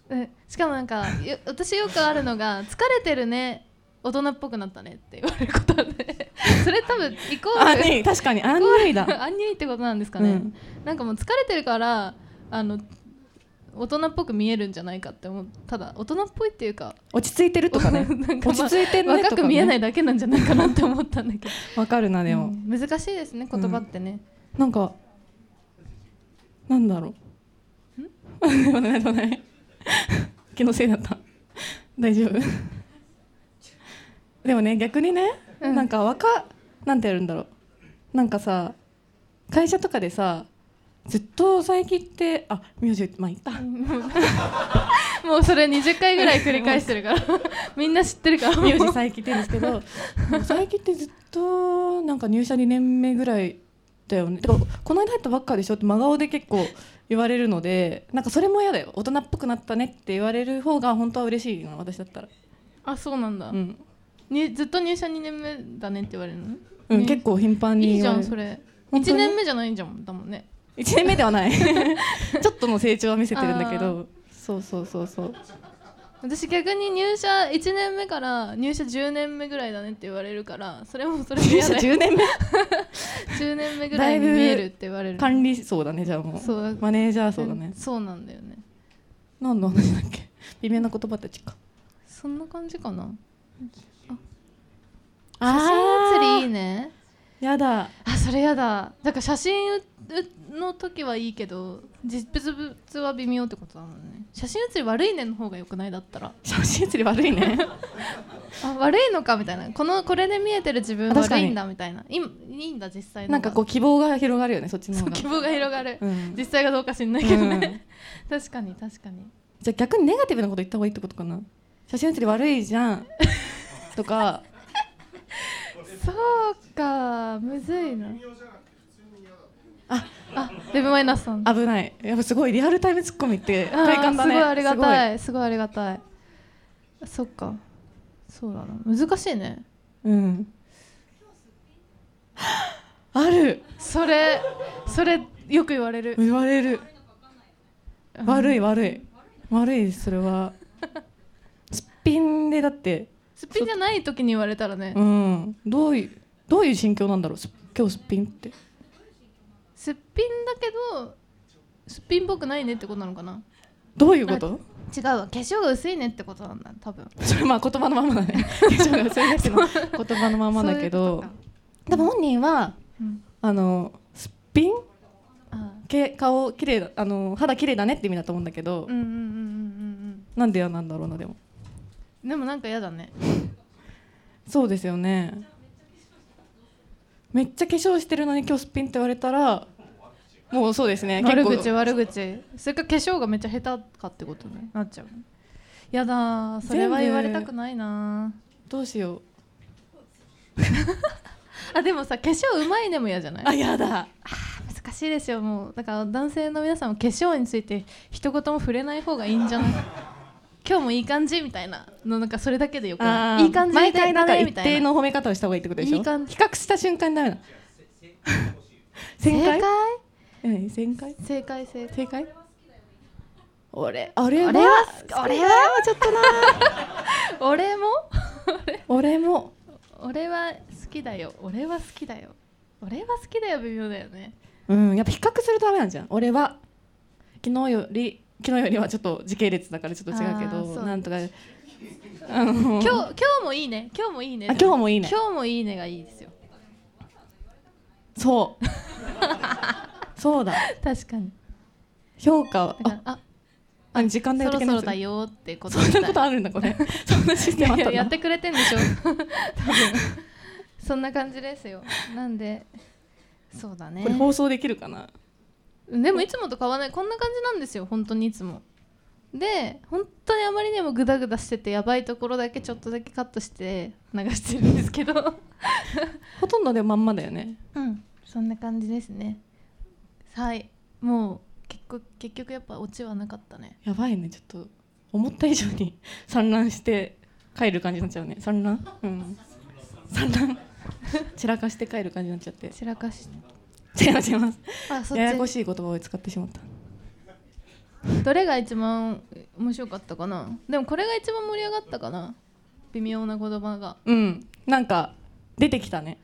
S1: えしかもなんかよ私よくあるのが「疲れてるね大人っぽくなったね」って言われることあるね それ多分イコ
S2: あ
S1: ール
S2: ね確かにアンニュイだ
S1: アンニュイってことなんですか
S2: う
S1: ね、
S2: ん
S1: なんかもう疲れてるからあの大人っぽく見えるんじゃないかって思うただ大人っぽいっていうか
S2: 落ち着いてるとか
S1: な
S2: ね
S1: んかまあ
S2: 落ち着いてるねと
S1: 若
S2: か、ね、
S1: く見えないだけなんじゃないかなって思ったんだけど
S2: わかるなで
S1: う
S2: も、
S1: ん難しいですね言葉ってね、
S2: なんかなんだろう でもないでもない気のせいだった大丈夫でもね逆にね、
S1: うん
S2: なんか若なんてやるんだろうなんかさ会社とかでさずっと最近ってあ名字まあいった
S1: もうそれ20回ぐらい繰り返してるから みんな知ってるから
S2: 名字最近って言うんですけど最近ってずっとなんか入社2年目ぐらいだよねてかこの間入ったばっかでしょって真顔で結構言われるのでなんかそれも嫌だよ大人っぽくなったねって言われる方が本当は嬉しいの私だったら、
S1: あそうなんだ、
S2: うん
S1: にずっと入社2年目だねって言われるの、
S2: うん
S1: ね
S2: 結構頻繁に
S1: いい
S2: 言
S1: じ
S2: わ
S1: ゃ
S2: れ
S1: ん
S2: る
S1: それ
S2: 本当
S1: 1
S2: に
S1: 年目じゃないんじゃんだもんね
S2: 1年目では ないちょっとの成長は見せてるんだけ
S1: あ
S2: どそうそうそうそう
S1: 私逆に入社1年目から入社10年目ぐらいだねって言われるからそれもそれで
S2: 入
S1: 嫌
S2: 社
S1: だよ
S2: 10年目
S1: 10年目ぐらいに
S2: だいぶ
S1: 見えるって言われる
S2: 管理層だねじゃあもう
S1: そう
S2: マネージャー層だね
S1: そうなんだよね
S2: 何の話だっけ微妙な言葉たちか
S1: そんな感じかな写
S2: あ
S1: 真写
S2: ー
S1: りいいね
S2: やだ
S1: あそれやだだから写真ううの時はいいけど実物は微妙ってことだもんね写真写り悪いねの方がよくないだったら
S2: 写真写り悪いね
S1: あ悪いのかみたいなこのこれで見えてる自分
S2: あ確
S1: 悪
S2: かに
S1: いんだみたいないいいんだ実際の
S2: なんかこう希望が広がるよねそっちの
S1: そ
S2: 方
S1: う
S2: が
S1: 希望が広がる、
S2: うん
S1: 実際がどうか知んないけどね、 確かに確かに
S2: じゃあ逆にネガティブなこと言った方がいいってことかな写真写り悪いじ ゃんとか
S1: そうかむずいなああデブマイナスさん
S2: 危ないやっぱすごいリアルタイムツッコミって
S1: あー
S2: 快感だね
S1: すごいありがたいすごいありがたいそっかそうだな難しいね
S2: すごいうんある
S1: それそれよく言われる
S2: 言われる悪い悪い悪いですそれはすっぴんでだって
S1: すっぴんじゃない時に言われたらね
S2: うんどういうどういう心境なんだろうす今日すっぴんって
S1: すっぴんだけどすっぴんっぽくないねってことなのかな
S2: どういうこと
S1: 違うわ化粧が薄いねってことなんだ多分
S2: それまあ言葉のままだ ね化粧が薄いですの言葉のままだけど
S1: そういうことか
S2: でも本人は
S1: うん
S2: あのすっぴん
S1: あ
S2: け顔綺麗だあの肌綺麗だねって意味だと思うんだけ
S1: ー
S2: ど、
S1: うんうんうんうんうん
S2: なんで嫌なんだろうなでも
S1: うんでもなんか嫌だね
S2: そうですよねめっちゃ化粧してるのに今日すっぴんって言われたらもうそうですね
S1: 悪
S2: 結
S1: 口
S2: 構
S1: 悪口それか化粧がめっちゃ下手かってことねなっちゃうやだーそれは
S2: 全
S1: 言
S2: 部
S1: われたくないな
S2: どうしよう
S1: ーあでもさ化粧うまいねも嫌じゃない
S2: あやだ
S1: 難しいですよもうだから男性の皆さんも化粧について一言も触れない方がいいんじゃ ない今日もいい感じみたいなのなんかそれだけでよくな
S2: あー
S1: いいい感じ
S2: 毎
S1: で
S2: 回な
S1: ダ
S2: んか
S1: メみ
S2: 一
S1: たい
S2: 定
S1: な
S2: の褒め方をした方がいいってことでしょ
S1: いい感じ
S2: 比較した瞬間にダメなの
S1: 正
S2: 正解
S1: 解
S2: うん正解
S1: 正解正解
S2: 正解俺あれは
S1: 俺は俺は
S2: ちょっと な
S1: 俺も
S2: 俺も
S1: 俺は好きだよ俺は好きだよ俺は好きだよ微妙だよね
S2: うんやっぱ比較するとダメなんじゃん俺は昨日より昨日よりはちょっと時系列だからちょっと違うけ
S1: あーそ
S2: ど
S1: う
S2: なんとかあの
S1: 今日今日もいいね今日もいいね
S2: あ今日もいいね
S1: 今日もいいねがいい ですよ
S2: そうそうだ
S1: 確かに
S2: 評価は
S1: だからあ
S2: ああ時間だ
S1: そろそ
S2: よ的なや
S1: ろ
S2: つ
S1: だよってこと
S2: そ
S1: みたい
S2: んなことあるんだこれそんなシステムあっ
S1: い
S2: た
S1: や
S2: ん
S1: や
S2: だ
S1: ってくれてんでしょ多分 そんな感じですよなんでそうだね
S2: これ放送できるかな
S1: でもいつもと変わらないこんな感じなんですよ本当にいつもで本当にあまりにもグダグダしててやばいところだけちょっとだけカットして流してるんですけど
S2: ほとんどでもまんまだよね
S1: うんそんな感じですねはいもう結構結局やっぱオチはなかったね
S2: やばいねちょっと思った以上に散乱して帰る感じになっちゃうね産卵うん産卵 散らかして帰る感じになっちゃって
S1: 散らかし
S2: 違います違います
S1: あそっち
S2: ややこしい言葉を使ってしまった
S1: どれが一番面白かったかなでもこれが一番盛り上がったかな微妙な言葉が
S2: うんなんか出てきたね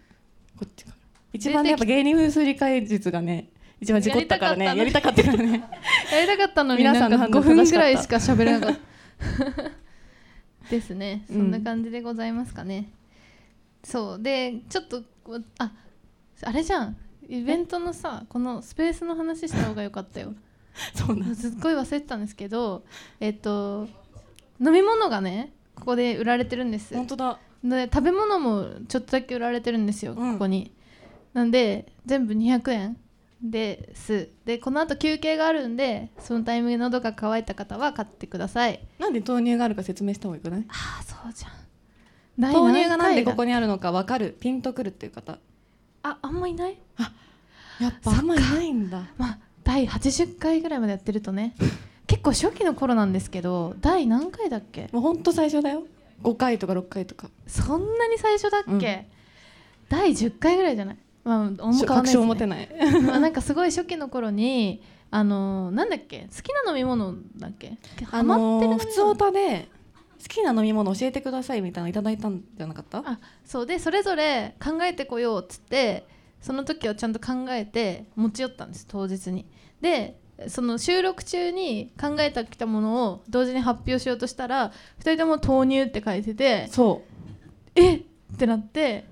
S2: こっちから一番ねやっぱ芸人風水理解術がね一番事故ったからねや
S1: や
S2: り
S1: り
S2: た
S1: た
S2: かったからね
S1: やりたかったのに
S2: 皆さ
S1: なんん
S2: の
S1: か
S2: 反応
S1: 5分
S2: 正し
S1: ぐ
S2: かった
S1: らいしか喋れなかったですねそんな感じでございますかね、そうでちょっとこうああれじゃんイベントのさこのスペースの話した方が良かったよ
S2: そうなん
S1: すっごい忘れてたんですけどえっと飲み物がねここで売られてるんです
S2: 本当だ
S1: で食べ物もちょっとだけ売られてるんですよ、
S2: うん
S1: ここになんで全部200円ですでこの後休憩があるんでそのタイミングで喉が渇いた方は買ってください
S2: なんで豆乳があるか説明した方がいいくない
S1: ああそうじゃん第何
S2: 豆乳がなんで
S1: 回だ
S2: ここにあるのかわかるピンとくるっていう方
S1: ああんまいない
S2: やっぱあんまりないんだ
S1: まあ第80回ぐらいまでやってるとね結構初期の頃なんですけど第何回だっけ
S2: もう本当最初だよ5回とか6回とか
S1: そんなに最初だっけ、
S2: うん
S1: 第10回ぐらいじゃないまあ、おも変わん
S2: 確
S1: ないです
S2: 証
S1: ね
S2: 持てない
S1: まあなんかすごい初期の頃にあのーなんだっけ好きな飲み物だっけ
S2: あ
S1: ハマってる
S2: の
S1: 飲
S2: ー
S1: み
S2: 普通
S1: 物
S2: オタで好きな飲み物教えてくださいみたいなのいただいたんじゃなかった
S1: あそうでそれぞれ考えてこようっつってその時をちゃんと考えて持ち寄ったんです当日にでその収録中に考えてきたものを同時に発表しようとしたら2人とも豆乳って書いてて
S2: そ
S1: えっってなって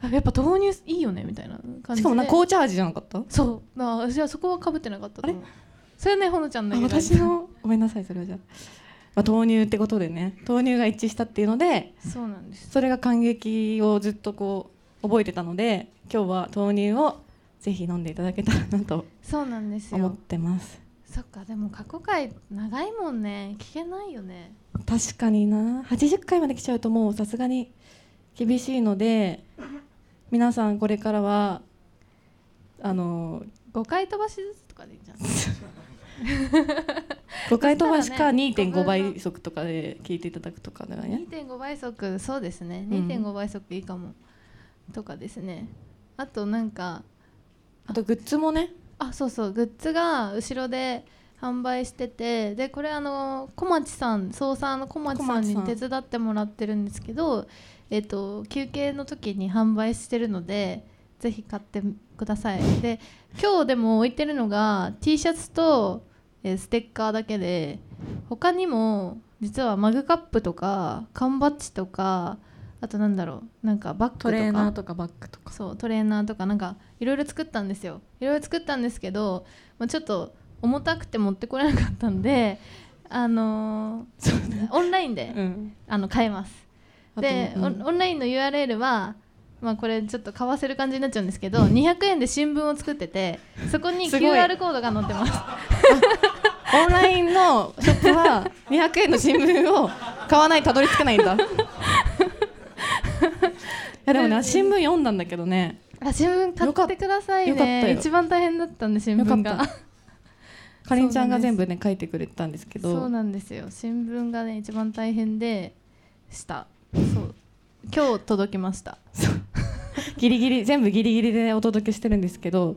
S1: あやっぱ豆乳いいよねみたいな
S2: う
S1: 感じで
S2: しかもなんか紅茶味じゃなかった
S1: そうだから私はそこはかぶってなかったと思うそれねほのちゃんの
S2: あ
S1: 由来
S2: 私のごめんなさいそれはじゃあ、まあ、豆乳ってことでね豆乳が一致したっていうので
S1: そうなんです
S2: それが感激をずっとこう覚えてたので今日は豆乳をぜひ飲んでいただけたらなと
S1: そうなんです
S2: 思っ
S1: よ
S2: てます
S1: そっかでも過去回長いもんね聞けないよね
S2: 確かにな80回まで来ちゃうともうさすがに厳しいので皆さんこれからはあの
S1: 5回飛ばしずつとかでいいんじゃん
S2: 5回飛ばしか
S1: そしたらね
S2: 2.5倍速とかで聞いていただくとかだからね
S1: 2.5倍速そうですね
S2: うん
S1: 2.5倍速いいかも、とかですねあとなんか
S2: あとグッズもね
S1: あそうそうグッズが後ろで販売しててでこれあの小町さん操作の小町さんに
S2: 小町さ
S1: 手
S2: ん
S1: 伝ってもらってるんですけどえっと休憩の時に販売してるのでぜひ買ってくださいで今日でも置いてるのが T シャツと、えーステッカーだけで他にも実はマグカップとか缶バッジとかあとなんだろうなんかバッグとか
S2: とかバッグとか
S1: そうトレーナーとかなんかいろいろ作ったんですよいろいろ作ったんですけど、まあ、ちょっと重たくて持ってこれなかったんであのーオンラインで、
S2: うん
S1: あの買えます
S2: あと
S1: で、
S2: うん
S1: オンオンラインの URL はまあこれちょっと買わせる感じになっちゃうんですけど200円で新聞を作っててそこに
S2: すごい
S1: QR コードが載って ます
S2: オンラインのショップは200円の新聞を買わないとたどり着けないん だいやでもね新聞読んだんだけどね
S1: あ新聞買
S2: よかっ
S1: ってください
S2: よかった
S1: ね
S2: よ
S1: 一番大変だったんで新聞
S2: よかっ
S1: が
S2: かりんちゃんが全部ね書いてくれたんですけ
S1: そう
S2: ど
S1: なんですよ新聞がね一番大変でしたそう今日届きました
S2: ギリギリ全部ギリギリでお届けしてるんですけど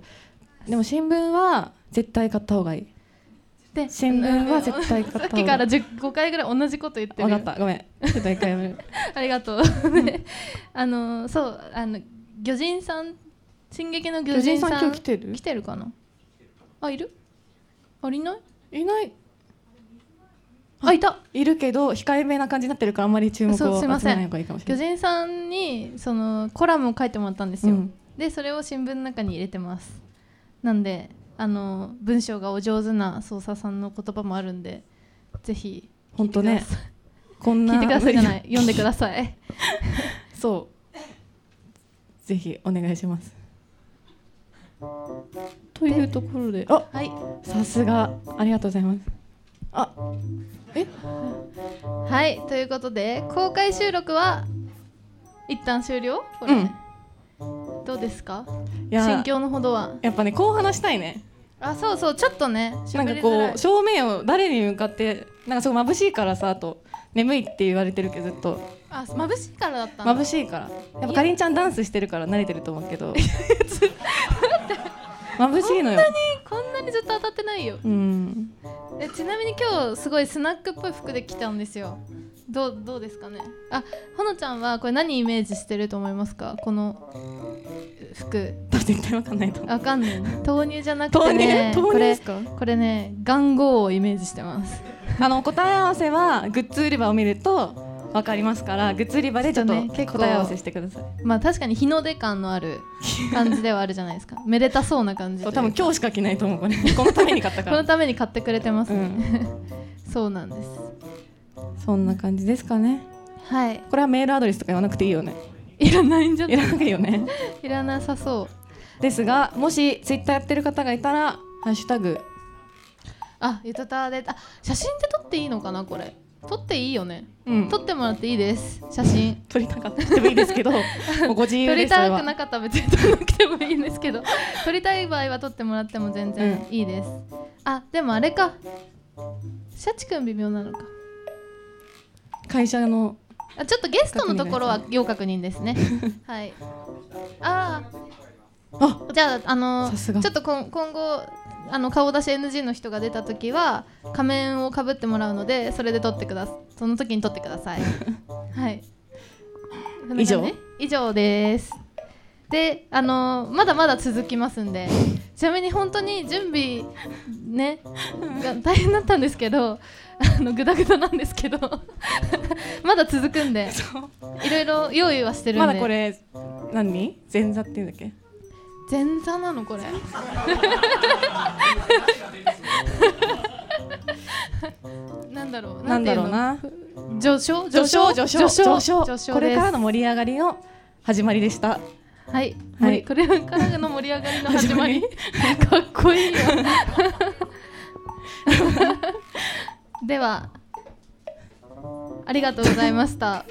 S2: でも新聞は絶対買った方がいい
S1: で
S2: 新聞は絶対買った方
S1: さ
S2: が
S1: っきから10 5回ぐらい同じこと言ってる
S2: 分かったごめんちょっと一回やめる
S1: ありがとう、であのそうあの魚人さん進撃の 魚
S2: 巨人
S1: 人
S2: さ
S1: さん
S2: ん今日来てる
S1: 来てるかなあいるあいない
S2: いない
S1: あいた
S2: いるけど控えめな感じになってるからあんまり注目を集
S1: そうすい
S2: めな
S1: ません
S2: い方がいいか もしれ
S1: 魚
S2: ない
S1: 人さんにそのコラムを書いてもらったんですよ、
S2: うん
S1: でそれを新聞の中に入れてますなんであの文章がお上手な捜査さんの言葉もあるんでぜひ
S2: 本当ねこんな
S1: 聞いてください聞いてくださいじゃない 読んでください
S2: そう。ぜひお願いします。というところで、あ、
S1: はい
S2: さすが、ありがとうございます。あ、え、
S1: はいということで公開収録は一旦終了これ、どうですか
S2: い
S1: 心
S2: や、
S1: 境のほどは
S2: やっぱね、こう話したいね。
S1: あそうそうちょっとね
S2: なん
S1: 喋
S2: か
S1: りづらい
S2: こう、正面を誰に向かって、なんかすごい眩しいからさ、あと。眠いって言われてるけどずっと
S1: あ眩しいからだったんだ
S2: 眩しいからやっぱかりんちゃんダンスしてるから慣れてると思うけど 眩しいのよ
S1: こんなにずっと当たってないよ
S2: うん
S1: えちなみに今日すごいスナックっぽい服で来たんですよどうどうですかねあほのちゃんはこれ何イメージしてると思いますかこのえ服
S2: 絶対わかんないと思う
S1: わかんない豆乳じゃなく
S2: 豆
S1: て
S2: 乳
S1: ね
S2: 豆
S1: こ
S2: 乳で
S1: れ
S2: すか
S1: これね元号をイメージしてます
S2: あの答え合わせはグッズ売り場を見るとわかりますからグッズ売り場でちょっと
S1: ちょっとね結構
S2: 答え合わせしてください
S1: まあ確かに日の出感のある感じではあるじゃないですか めでたそうな感じとい
S2: そ
S1: うう
S2: 多分今日しか着ないと思 うこれこのために買ったか
S1: この
S2: ら
S1: ために買ってくれてます
S2: う
S1: ね、
S2: ん
S1: そうなんです
S2: そんな感じですかね
S1: はい
S2: これはメールアドレスとか言わなくていいよね
S1: いらないんじゃない
S2: いらないよね
S1: いらなさそう
S2: ですがもしツイッターやってる方がいたら「ハッシュタグ
S1: あゆとたわであ写真って撮っていいのかなこれ撮っていいよね、
S2: うん
S1: 撮ってもらっていいです写真
S2: 撮りたかったでもいいですけ どもうご自由
S1: 撮
S2: で
S1: り
S2: すそれ
S1: たく
S2: は
S1: なかったら別に撮らなくてもいいんですけど撮りたい場合は撮ってもらっても全然いいです、あでもあれかシャチくん微妙なのか
S2: 会社の
S1: あちょっとゲストのところは要確認ですねはいあ
S2: あ
S1: あじゃああの
S2: さすが
S1: ちょっとこん今後あの顔出し NG の人が出た時は仮面をかぶってもらうのでそれで撮ってくださその時に撮ってくだ さいはいそんな感じ
S2: 以上
S1: 以上ですであのまだまだ続きますんでちなみに本当に準備ねが大変だったんですけどあのグダグダなんですけど まだ続くんでいろいろ用意はしてるんで
S2: まだこれ何前座っていうんだっけ
S1: 前座なのこ れなんだろう
S2: なんだろう
S1: て
S2: な
S1: いうの序章
S2: 序章
S1: 序章
S2: 序
S1: 序
S2: 章序
S1: 章
S2: 章
S1: 序章
S2: これから
S1: で
S2: の盛り上がりの始まりでした
S1: すはい、
S2: は
S1: は
S2: い
S1: い、これからの盛り上がりの始まり
S2: 始
S1: かっこ いいよではありがとうございました